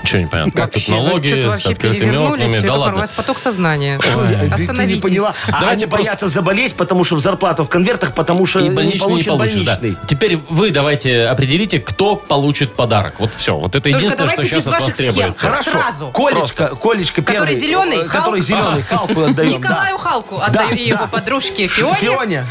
B: Ничего не понятно. Как тут
C: Вообще, вы
B: налоги
C: что-то
B: с
C: вообще
B: открытыми
C: перевернули
B: окнами?
C: всё,
B: Да
C: Яков Маркович, У
B: ладно.
C: вас поток сознания.
D: Ты не
C: Остановитесь.
D: поняла. А
B: Давайте
D: Давайте
B: просто-
D: боятся заболеть, потому что в зарплату в конвертах, потому что
B: И
D: Э, не
B: больничный не
D: получат
B: получишь, да.
D: больничный.
B: Теперь вы давайте определите, кто получит подарок. Вот все. Вот это
C: Только
B: единственное, что
C: давайте без
B: сейчас от вас
C: ваших схем.
B: требуется.
D: Хорошо.
C: Сразу.
D: Колечко, колечко первый.
C: Который зеленый,
D: э,
C: Халк?
D: Который зеленый, Халку отдаем. да.
C: Николаю Халку отдаю и его подружке Фионе.
D: Фионе.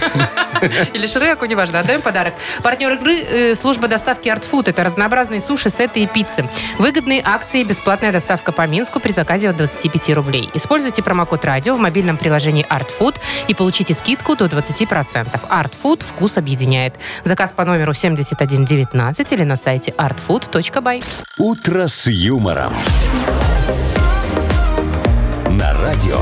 C: Или Шреку, неважно, отдаем подарок. Партнер игры э, служба доставки Art Food. Это разнообразные суши, сеты и пиццы. Выгодные акции, бесплатная доставка по Минску при заказе от 25 рублей. Используйте промокод радио в мобильном приложении Art Food и получите скидку до 20%. Art Food вкус объединяет. Заказ по номеру 7119 или на сайте artfood.by.
A: «Утро с юмором». На радио.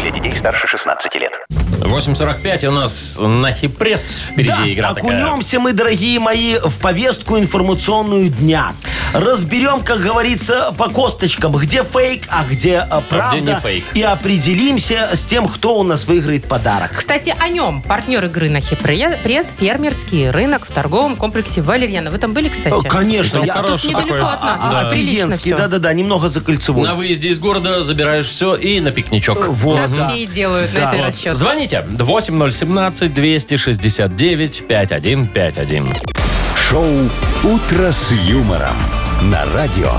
E: Для детей старше 16 лет.
B: 8.45 у нас на хипресс впереди
D: Да,
B: игра такая.
D: окунемся мы, дорогие мои, в повестку информационную дня. Разберем, как говорится, по косточкам, где фейк, а где э, правда.
B: не фейк.
D: И определимся с тем, кто у нас выиграет подарок.
C: Кстати, о нем. Партнер игры на Хипре- пресс фермерский рынок в торговом комплексе Валерьяна. Вы там были, кстати?
D: Э, Конечно,
B: Там
D: я
B: хороший
D: тут
B: Что
C: Недалеко
B: такое?
C: от нас.
B: А,
C: очень
B: да.
C: прилично
D: офигенский,
C: все.
D: да-да-да, немного закольцевой.
B: На выезде из города забираешь все и на пикничок.
D: Вот,
C: Так
D: да.
C: все и делают на
D: Да.
C: этой
D: Вот.
C: расчет.
B: Звоните 8017-269-5151.
A: Шоу «Утро с юмором». На радио.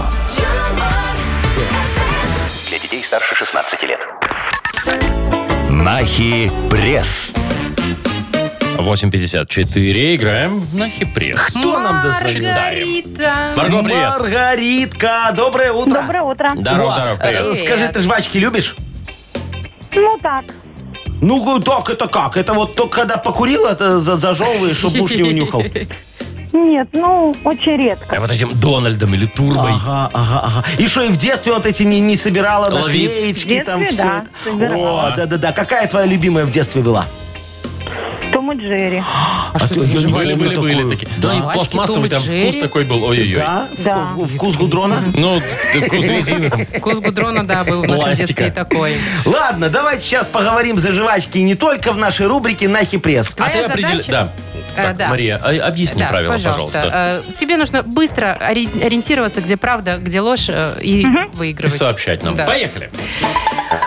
E: Для детей старше 16 лет.
A: Нахи пресс.
B: 8.54. Играем на хипресс.
D: Кто нам
B: дозвонит?
C: Маргарита.
B: Марго, привет.
D: Маргаритка, доброе утро.
H: Доброе утро.
B: Здорово,
D: Во,
B: здорово,
D: э,
B: привет.
C: Привет.
D: Скажи, ты жвачки любишь?
H: Ну так,
D: Ну, так это как? Это вот только когда покурил, это за- зажевываешь, чтобы муж не унюхал.
H: нет, ну очень редко.
B: А вот этим Дональдом или Турбой.
D: Ага, ага, ага. И что, и в детстве вот эти не, не собирала
B: Ловись.
D: наклеечки,
H: В детстве,
D: там все?
H: да, собирала.
D: О, да-да-да. Какая твоя любимая в детстве была?
H: Том и Джерри.
D: А что, я не
B: Были,
D: помню
B: были,
D: такую.
B: были такие.
C: Да.
B: И Пластмассовый там
C: Жвачки, Том и
B: вкус
C: Джерри.
B: такой был. Ой-ой-ой.
D: Да? В-
H: Да.
D: в- Вкус гудрона?
B: Ну, ты вкус резины там.
C: Вкус гудрона, да, был в нашем
B: Пластика.
C: детстве и такой.
D: Ладно, давайте сейчас поговорим за жвачки и не только в нашей рубрике «Нахи пресс».
B: А
C: Твоя
B: ты определи...
C: задача-
B: Да.
C: Э,
B: Так,
C: да.
B: Мария, а- объясни
C: Да,
B: правила, пожалуйста.
C: Э, Тебе нужно быстро ори- ориентироваться, где правда, где ложь, э, и
B: И
C: выигрывать.
B: сообщать нам.
C: Да.
B: Поехали.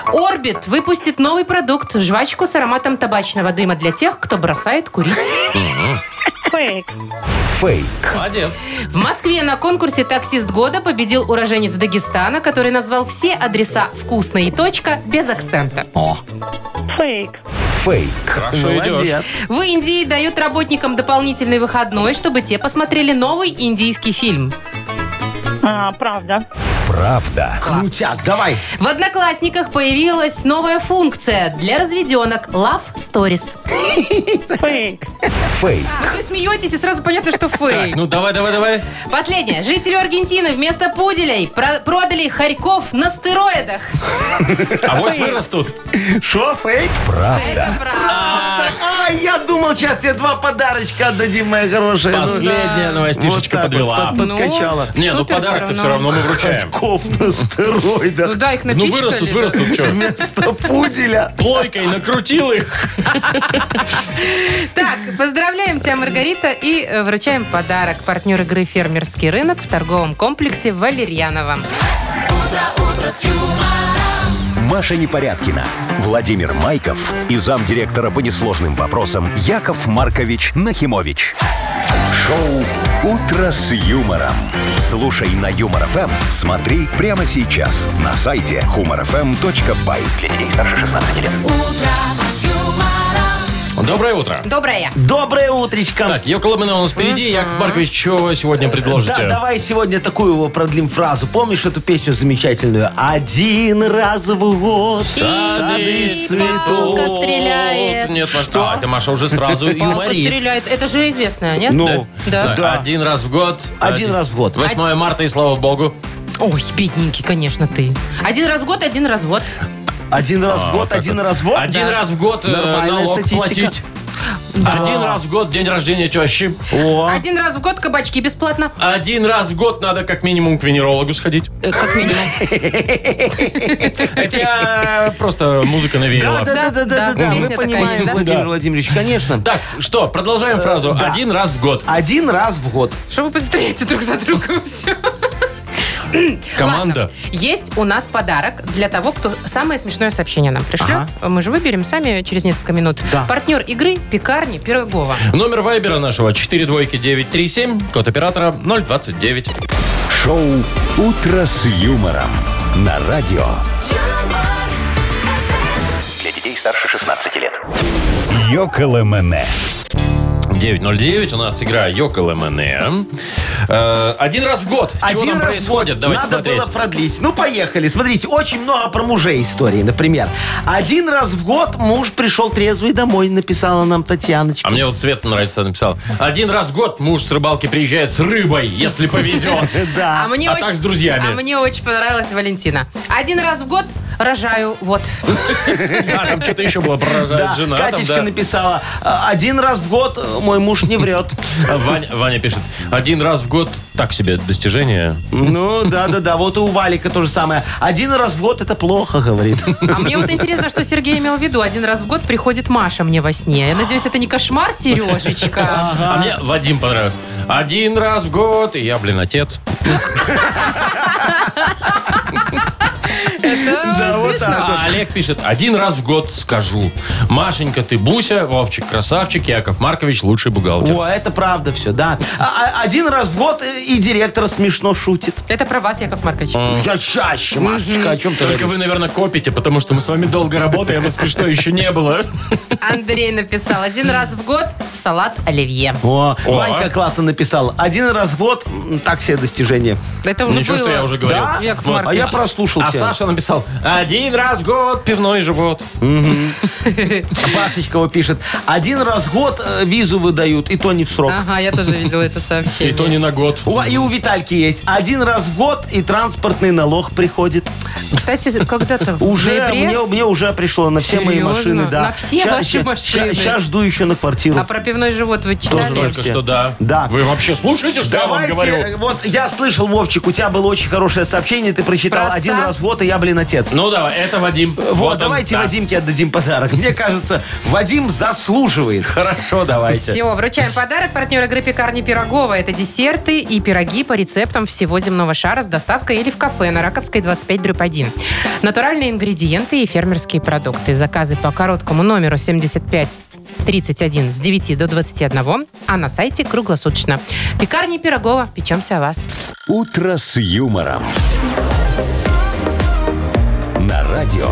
C: Орбит выпустит новый продукт, жвачку с ароматом табачного дыма для тех, кто бросает курить.
H: Фейк.
A: Фейк.
B: Молодец.
C: В Москве на конкурсе «Таксист года» победил уроженец Дагестана, который назвал все адреса «Вкусно» и «Точка» без акцента.
H: Фейк.
A: Фейк.
B: Хорошо идешь.
D: Молодец.
C: В Индии дают работникам дополнительный выходной, чтобы те посмотрели новый индийский фильм.
H: А, правда.
A: Правда.
D: Крутяк, давай.
C: В «Одноклассниках» появилась новая функция для разведенок «Love Stories».
H: Фейк.
A: Фейк.
C: Вы то смеетесь, и сразу понятно, что
B: Так,
C: фейк.
B: ну давай, давай, давай.
C: Последнее. Жители Аргентины вместо пуделей про- продали хорьков на стероидах.
B: А восьмы растут.
C: Ну
D: Шо, фейк?
A: Правда.
D: А, я думал, сейчас тебе два подарочка отдадим, моя хорошая. Ну,
B: Последняя новостишечка
D: вот так вот
B: подвела.
D: под- подкачала.
B: Не, ну
C: супер
B: подарок-то все равно мы вручаем.
D: Коп на
C: Ну
D: стероидах.
C: да, их
B: Ну
C: напичкали.
B: вырастут,
C: да.
B: вырастут, что?
D: Вместо пуделя.
B: Плойкой накрутил их.
C: Так, поздравляем тебя, Маргарита, и э, вручаем подарок. Партнер игры «Фермерский рынок» в торговом комплексе «Валерьянова».
A: Маша Непорядкина, Владимир Майков и замдиректора по несложным вопросам Яков Маркович Нахимович. Шоу «Утро с юмором». Слушай на Юмор ФМ, смотри прямо сейчас на сайте humorfm.by.
E: Для детей старше 16 лет.
B: Доброе утро.
C: Доброе.
D: Доброе утречко.
B: Так, Йоколомина у нас впереди. Яков Маркович, что вы сегодня
D: Да,
B: предложите?
D: давай сегодня такую его продлим фразу. Помнишь эту песню замечательную? Один раз в год сады
C: И
D: цветут.
C: палка стреляет.
B: Нет, Маша, а, это Маша уже сразу
C: Палка
B: юморит.
C: стреляет. Это же известная, нет?
D: Ну,
C: Да.
D: да.
B: Один раз в год.
D: Один раз в год.
C: А-
B: 8 марта, и слава богу.
C: Ой, бедненький, конечно, ты. Один раз в год, один развод.
D: Один раз в год, один раз в год.
B: Один
D: Да.
B: раз в год э,
D: Нормальная
B: налог
D: статистика.
B: платить. Один раз в год день рождения тещи.
D: О,
C: Один раз в год кабачки бесплатно.
B: Один раз в год надо как минимум к венерологу сходить.
C: Э, Как минимум.
B: Это я просто музыка навеяла.
D: Да, да, да, да,
C: да,
D: да, да,
C: песня
D: мы
C: такая
D: понимаем,
C: есть, да?
D: Владимир
B: Да.
D: Владимирович, конечно.
B: Так, что, продолжаем фразу.
D: да.
B: Один раз в год.
D: Один раз в год.
C: Что вы повторяете друг за другом все?
B: Команда.
C: Есть у нас подарок для того, кто самое смешное сообщение нам пришлет. Мы же выберем сами через несколько минут.
D: Да.
C: Партнер игры «Пекарни Пирогова».
B: Номер вайбера нашего 42937, код оператора 029.
A: Шоу «Утро с юмором» на радио.
E: Для детей старше 16 лет.
A: Йоколэмэне.
B: 909, у нас игра Йокол МНМ. Один раз в год. Чего
D: Один
B: там
D: раз в
B: происходит?
D: год
B: Давайте
D: Надо
B: смотреть.
D: было продлить. Ну, поехали. Смотрите, очень много про мужей истории, например. Один раз в год муж пришел трезвый домой, написала нам Татьяночка.
B: А мне вот Свет нравится, написал. Один раз в год муж с рыбалки приезжает с рыбой, если повезет.
D: Да.
C: мне
B: а так с друзьями.
C: А мне очень понравилась Валентина. Один раз в год рожаю, вот.
B: А там что-то еще было про
D: Да,
B: жена. там,
D: Катечка
B: да.
D: написала, «А, один раз в год э, мой муж не врет.
B: А Ваня, Ваня пишет, один раз в год так себе достижение.
D: Ну, да-да-да, вот и у Валика то же самое. Один раз в год это плохо, говорит.
C: А мне вот интересно, что Сергей имел в виду. Один раз в год приходит Маша мне во сне. Я надеюсь, это не кошмар, Сережечка.
B: А мне Вадим понравился. Один раз в год, и я, блин, отец.
C: Да, смешно.
B: А Олег пишет, один раз в год скажу. Машенька, ты Буся, Вовчик, красавчик, Яков Маркович, лучший бухгалтер.
D: О, это правда все, да. А- а- Один раз в год э, и директор смешно шутит.
C: Это про вас, Яков Маркович.
D: Я чаще, Машечка, о чем ты
B: Только
D: говоришь?
B: вы, наверное, копите, потому что мы с вами долго работаем, и смешно еще не было.
C: Андрей написал. Один раз в год салат оливье.
D: О,
B: О.
D: Ванька классно написал. Один раз в год м, так себе достижение.
C: Это уже
B: Ничего,
C: было.
B: что я уже говорил.
D: Да?
C: Яков
B: Вот.
D: А
C: Маркович.
D: я прослушал
B: А
D: тебя.
B: Саша написал, один раз в год пивной живот.
D: Пашечкова пишет. Один раз в год э, визу выдают, и то не в срок.
C: Ага, я тоже видела это
B: И
C: сообщение.
B: то не на год.
D: У Ва- и у Витальки есть. Один раз в год и транспортный налог приходит.
C: Кстати, когда-то в
D: Уже
C: ноябре-
D: мне, мне уже пришло на все мои
C: Серьезно?
D: машины, да.
C: На все ваши машины?
D: Сейчас жду еще на квартиру.
C: А про пивной живот вы
D: Тоже
C: читали?
B: Только
D: Вообще.
B: что да.
D: Да.
B: Вы вообще слушаете, что я вам
D: Давайте,
B: говорю?
D: э, вот я слышал, Вовчик, у тебя было очень хорошее сообщение, ты прочитал
C: Про отца?
D: один раз в год, и я, блин, отец.
B: Ну давай, это Вадим.
D: вот,
B: он,
D: давайте
B: да.
D: Вадимке отдадим подарок. Мне кажется, Вадим заслуживает.
B: Хорошо, давайте.
C: Все, вручаем подарок партнер игры «Пекарни Пирогова». Это десерты и пироги по рецептам всего земного шара с доставкой или в кафе на Раковской 25 дробь 1. Натуральные ингредиенты и фермерские продукты. Заказы по короткому номеру 75 31 с 9 до 21, а на сайте круглосуточно. Пекарни Пирогова. Печемся о вас.
A: «Утро с юмором». На радио.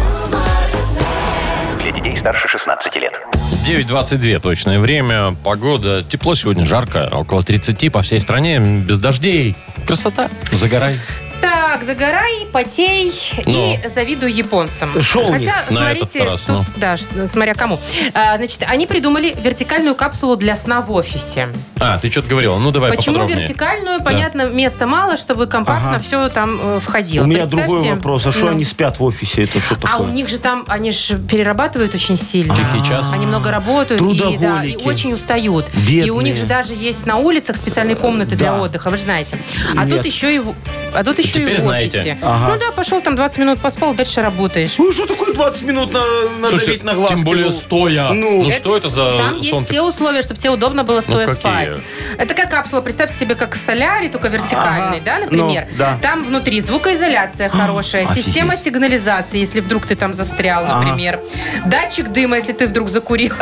E: Для детей старше 16 лет.
B: 9.22 точное время. Погода. Тепло сегодня, жарко. Около 30 по всей стране. Без дождей. Красота. Загорай.
C: Так, загорай, потей
B: Ну.
C: и завидуй японцам.
D: Шел у них
C: Хотя,
B: на
C: смотрите,
B: этот раз,
C: тут,
B: ну.
C: да, ш- смотря кому. А, значит, они придумали вертикальную капсулу для сна в офисе.
B: А, ты что-то говорила. Ну, давай
C: Почему
B: поподробнее.
C: вертикальную? Понятно, места мало, чтобы компактно
D: Ага.
C: все там э, входило.
D: У меня
C: Представьте,
D: другой вопрос. А что
C: ну,
D: они спят в офисе? Это что такое?
C: а у них же там, они же перерабатывают очень сильно.
B: Тихий час.
C: Они много работают и, да, и
D: Трудоголики.
C: очень устают. И у
D: Бедные.
C: них же даже есть на улицах специальные комнаты для
D: Да.
C: отдыха, вы же знаете. А
D: Нет.
C: тут еще и в, а тут еще и
B: Теперь
C: в
B: знаете.
C: офисе.
D: Ага.
C: Ну да, пошел там 20 минут поспал, дальше работаешь.
D: Ну что такое 20 минут на, надавить
B: Слушайте,
D: на глаз?
B: тем более стоя. Ну,
D: Ну.
B: что это за
C: Там
B: сон?
C: есть все условия, чтобы тебе удобно было стоя
B: Ну, какие?
C: спать. Это как капсула. Представьте себе, как солярий, только вертикальный,
D: Ага.
C: да, например.
D: Ну, да. А,
C: Там внутри звукоизоляция хорошая,
D: офигеть.
C: система сигнализации, если вдруг ты там застрял, например. Датчик дыма, если ты вдруг закурил.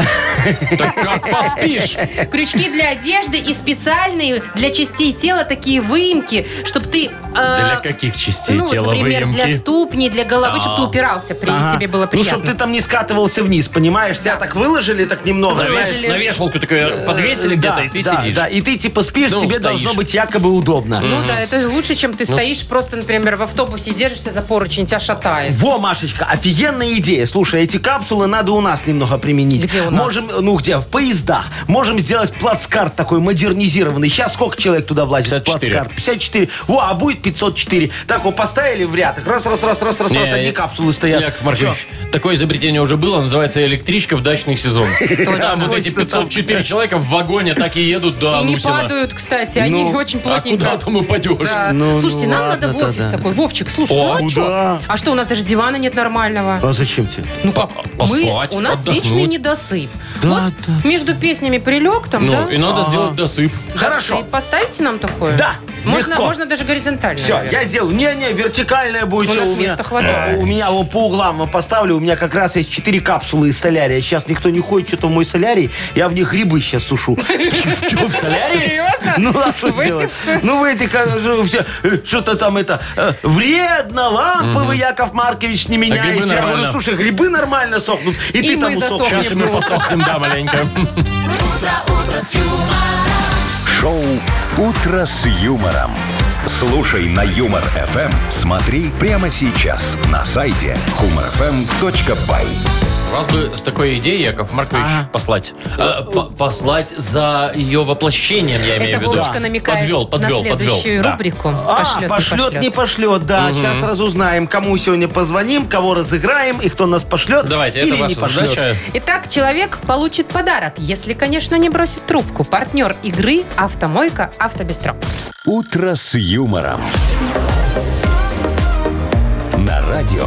B: Так как поспишь?
C: Э, Крючки для одежды и специальные для частей тела такие выемки, чтобы ты э,
B: Для каких частей
C: ну,
B: тела
C: например, для
B: выемки? А.
C: ступни, для головы, чтобы ты упирался, при- тебе было
D: Ну,
C: приятно.
D: чтобы ты там не скатывался вниз, понимаешь? Тебя так выложили так немного.
B: На веш-
D: знаешь.
C: Выложили.
B: На вешалку такое подвесили
D: Да,
B: где-то, и ты
D: да,
B: сидишь.
D: Да, и ты типа спишь,
B: Ну,
D: тебе
B: стоишь.
D: должно быть якобы удобно.
C: Ну да, это же лучше, чем ты
B: Ну.
C: стоишь просто, например, в автобусе и держишься за поручень, тебя шатает.
D: Во, Машечка, офигенная идея. Слушай, эти капсулы надо у нас немного применить.
C: Где у нас?
D: Можем, ну где, в поездах. Можем сделать плацкарт такой модернизированный. Сейчас сколько человек туда влазит? в
B: 54.
D: Плацкарт. 54. Во, а будет 504. Так, вот поставили в ряд. Раз, раз, раз, раз, раз,
B: Не,
D: раз. Одни
B: э,
D: капсулы стоят.
B: Яков Маркович, такое изобретение уже было, называется электричка в дачный сезон. Там вот эти 504 человека в вагоне так и едут до
C: И не
B: Анусина.
C: падают, кстати, они
D: Ну,
C: очень
B: А
C: плотненько.
B: куда там упадешь?
C: Да.
D: Ну,
C: Слушайте,
D: ну
C: нам
D: ладно
C: надо в офис
D: тогда.
C: такой. Вовчик, слушай,
B: О,
C: ну а
D: куда?
C: что? А что, у нас даже дивана нет нормального.
D: А зачем тебе?
C: Ну как,
B: поспать,
C: мы, у нас
B: отдохнуть.
C: вечный недосып.
D: Да,
C: вот
D: да.
C: между песнями прилег там, да?
B: Ну, и надо сделать досып.
C: Досып.
D: Хорошо.
C: Поставите нам такое?
D: Да,
C: Можно,
D: легко.
C: можно даже горизонтально.
D: Все,
C: наверное.
D: я сделал. Не-не, вертикальная будет.
C: У
D: всё,
C: нас
D: меня-
C: места хватает.
D: У меня вот по углам вот поставлю. У меня как раз есть 4 капсулы из солярия. Сейчас никто не ходит, что-то в мой солярий. Я в них грибы сейчас сушу.
B: В солярии?
C: Серьезно?
D: Ну, а что
C: В этих-
D: делать? Ну, в этих, э, же все, э, что-то там это, э, вредно, лампы вы, Яков Маркович, не меняете.
B: А грибы
D: Я говорю,
B: нормально.
D: слушай, грибы нормально сохнут, и,
C: И
D: ты там
C: мы
D: усохнешь.
C: засохнем.
B: Сейчас и мы подсохнем, да, маленько.
A: Шоу «Утро с юмором». Слушай на Юмор ФМ. Смотри прямо сейчас на сайте humorfm.by.
B: Вас бы с такой идеей, Яков Маркович,
D: А.
B: послать. Э, по- Послать за ее воплощением, я имею в
C: Это
B: виду.
C: Вовочка намекает
B: Подвел, подвел,
C: на
B: подвел.
C: следующую
B: Да.
C: рубрику.
D: А, пошлет, не пошлет, да. Сейчас разузнаем, кому сегодня позвоним, кого разыграем и кто нас пошлет.
B: Давайте,
D: или
B: это
D: не
B: ваша
D: пошлет.
B: задача.
C: Итак, человек получит подарок, если, конечно, не бросит трубку. Партнер игры «Автомойка Автобестро».
A: «Утро с юмором». На радио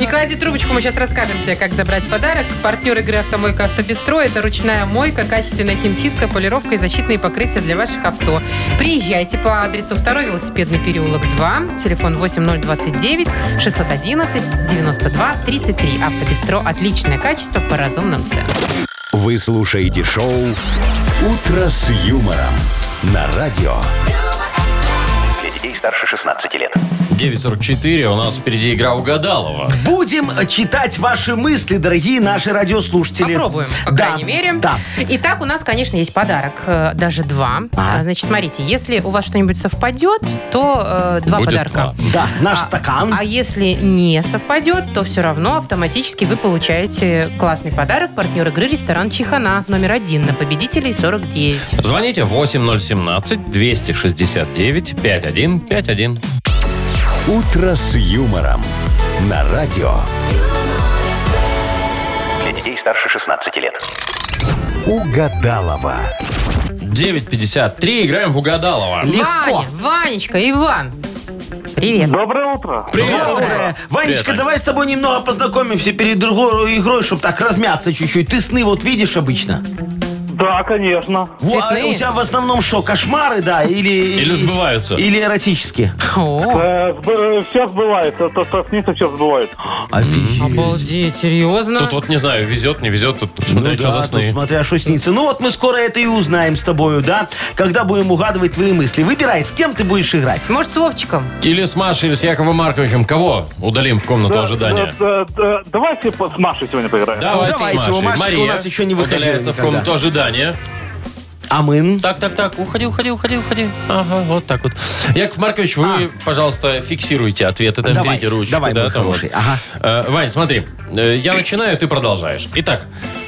C: Не клади трубочку, мы сейчас расскажем тебе, как забрать подарок. Партнер игры «Автомойка Автобестро» — это ручная мойка, качественная химчистка, полировка и защитные покрытия для ваших авто. Приезжайте по адресу 2 велосипедный переулок 2, телефон 8029 611 92 33. «Автобестро» — отличное качество по разумным ценам.
A: Вы слушаете шоу «Утро с юмором» на радио.
E: Для детей старше 16 лет.
B: 9.44, у нас впереди игра угадалова.
D: Будем э, читать ваши мысли, дорогие наши радиослушатели.
C: Попробуем, по
D: Да,
C: крайней мере.
D: Да.
C: Итак, у нас, конечно, есть подарок. э, Даже два. А, Значит, смотрите, если у вас что-нибудь совпадет, то э, два
B: Будет
C: подарка.
D: Да, наш
C: А-
D: стакан.
C: А если не совпадет, то все равно автоматически вы получаете классный подарок. Партнер игры ресторан Чихана номер один на победителей 49.
B: Звоните 8017-269-5151.
A: «Утро с юмором» на радио.
E: Для детей старше 16 лет.
A: Угадалова.
B: 9.53, играем в угадалова.
C: Ваня, Ванечка, Иван. Привет.
G: Доброе утро.
D: Доброе. Ванечка,
B: Привет,
D: давай с тобой немного познакомимся перед другой игрой, чтобы так размяться чуть-чуть. Ты сны вот видишь обычно?
G: Да, конечно.
D: Во, а
C: Цветные?
D: у тебя в основном что, кошмары, да, или...
B: Или сбываются.
D: Или эротические.
C: О,
G: Э, Все сбывается. То, что снится, все сбывается.
C: обалдеть, серьезно?
B: Тут вот, не знаю, везет, не везет, тут смотря
D: Ну
B: что за
D: да,
B: сны.
D: тут смотря что снится. Ну вот мы скоро это и узнаем с тобою, да? Когда будем угадывать твои мысли. Выбирай, с кем ты будешь играть.
C: Может, с Вовчиком?
B: Или с Машей, или с Яковом Марковичем. Кого удалим в
G: Э,
B: комнату ожидания?
G: Да, да, да. э, Давайте по- с Машей сегодня поиграем.
B: Давайте,
D: Ну, Давайте,
B: с Машей.
D: у Машечки
B: Мария
D: у нас еще не выходила
B: удаляется в
D: никогда.
B: комнату ожидания.
D: А мы?
B: Так, так, так, уходи, уходи, уходи, уходи. Ага, вот так вот. Яков Маркович, вы, пожалуйста, фиксируйте ответы, там
D: А. Давай,
B: берите ручку.
D: давай, мой
B: там вот.
D: хороший, ага.
B: Э, Вань, смотри, э, я начинаю, ты продолжаешь. Итак,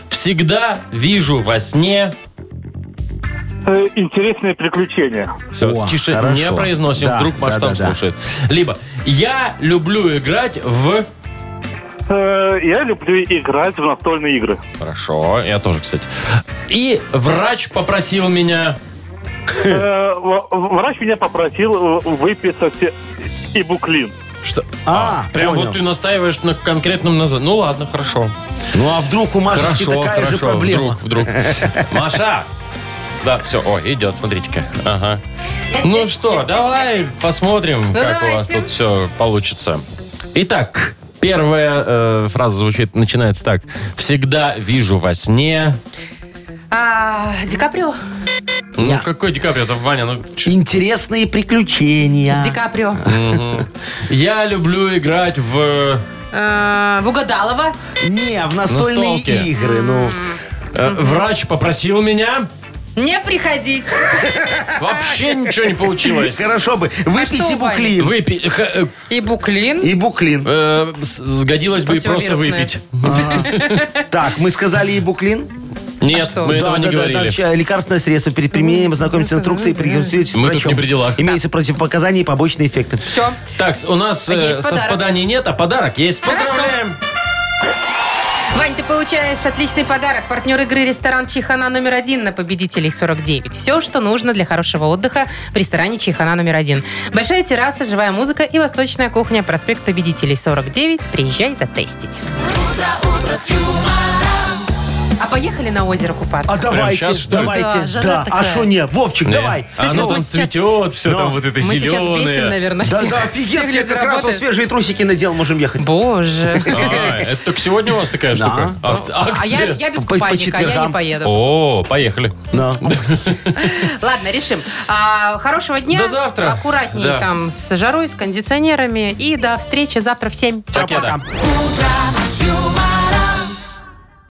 B: всегда вижу во сне...
G: Э, Интересные приключения.
B: Все,
D: О,
B: тише,
D: хорошо.
B: не произносим,
D: Да,
B: вдруг Маш
D: да,
B: там
D: да, да.
B: слушает. Либо я люблю играть в...
G: Э, Я люблю играть в настольные игры.
B: Хорошо, я тоже, кстати. И врач попросил меня...
G: Э, в- Врач меня попросил э, выписать ибуклин.
B: Что?
D: А,
B: прям
D: понял.
B: вот ты настаиваешь на конкретном названии. Ну ладно, хорошо.
D: Ну а вдруг у Машечки
B: Хорошо,
D: такая
B: хорошо.
D: же проблема?
B: Вдруг, вдруг. Маша! Да, все, о, идет, смотрите-ка. Ага. Ну что, давай посмотрим, как у вас
C: давайте.
B: тут все получится. Итак, первая э, фраза звучит, начинается так. Всегда вижу во сне.
C: А, Ди Каприо?
B: Ну, какой Ди Каприо, это Ваня, ну, ч-
D: Интересные приключения.
C: С Ди Каприо.
B: мгм. Я люблю играть в... э,
C: А, в Угадалова?
D: Не, в настольные
B: Настолки.
D: игры, ну.
B: э, врач попросил меня.
C: Не приходить.
B: Вообще ничего не получилось.
D: Хорошо бы.
C: что
D: Выписи
C: у Вани?
D: буклин.
B: Выпить.
C: И Буклин.
D: И буклин.
B: э, Сгодилось бы и просто
C: Противовирусное.
B: выпить. Э?
D: Так, мы сказали и буклин.
B: Нет,
C: А что?
B: мы
D: да,
B: этого
D: да,
B: не
D: да,
B: говорили.
D: да, ща- лекарственное средство
I: Ну,
D: перед применением ознакомиться с инструкцией и прекратить
B: Мы тут не при делах.
D: Имеются противопоказания и побочные эффекты.
C: Все.
B: Так, у нас э,
C: Есть подарок.
B: совпаданий нет, а подарок есть. Поздравляем!
C: Вань, ты получаешь отличный подарок. Партнер игры ресторан Чихана номер один на победителей 49. Все, что нужно для хорошего отдыха в ресторане Чихана номер один. Большая терраса, живая музыка и восточная кухня. Проспект победителей 49. Приезжай затестить. А поехали на озеро купаться?
D: А давайте,
B: щас, что ли?
D: давайте.
I: Да, жара
D: Да, а
I: такая.
D: что не? Вовчик, давай.
B: А
C: Кстати,
B: оно
C: вот
B: там
C: он сейчас-
B: цветет, все
D: Но.
B: там вот это
C: Мы сейчас бесим,
B: зеленое.
C: наверное,
D: Да,
C: всех.
D: да,
C: Всех
D: офигенски, я
C: люди
D: как раз вот
C: работают.
D: свежие трусики надел, можем ехать.
C: Боже.
B: А, это только сегодня у вас такая штука? Ак-
C: А я,
B: акция.
C: я без
D: По- по
C: купальника, я не
D: четвергам.
C: поеду.
B: О, поехали.
D: Да.
C: Ладно, решим. А, хорошего дня.
B: До завтра.
C: Аккуратнее
B: Да.
C: там с жарой, с кондиционерами. И до встречи завтра в 7.
B: Покеда.
C: Пока-пока.
I: Утро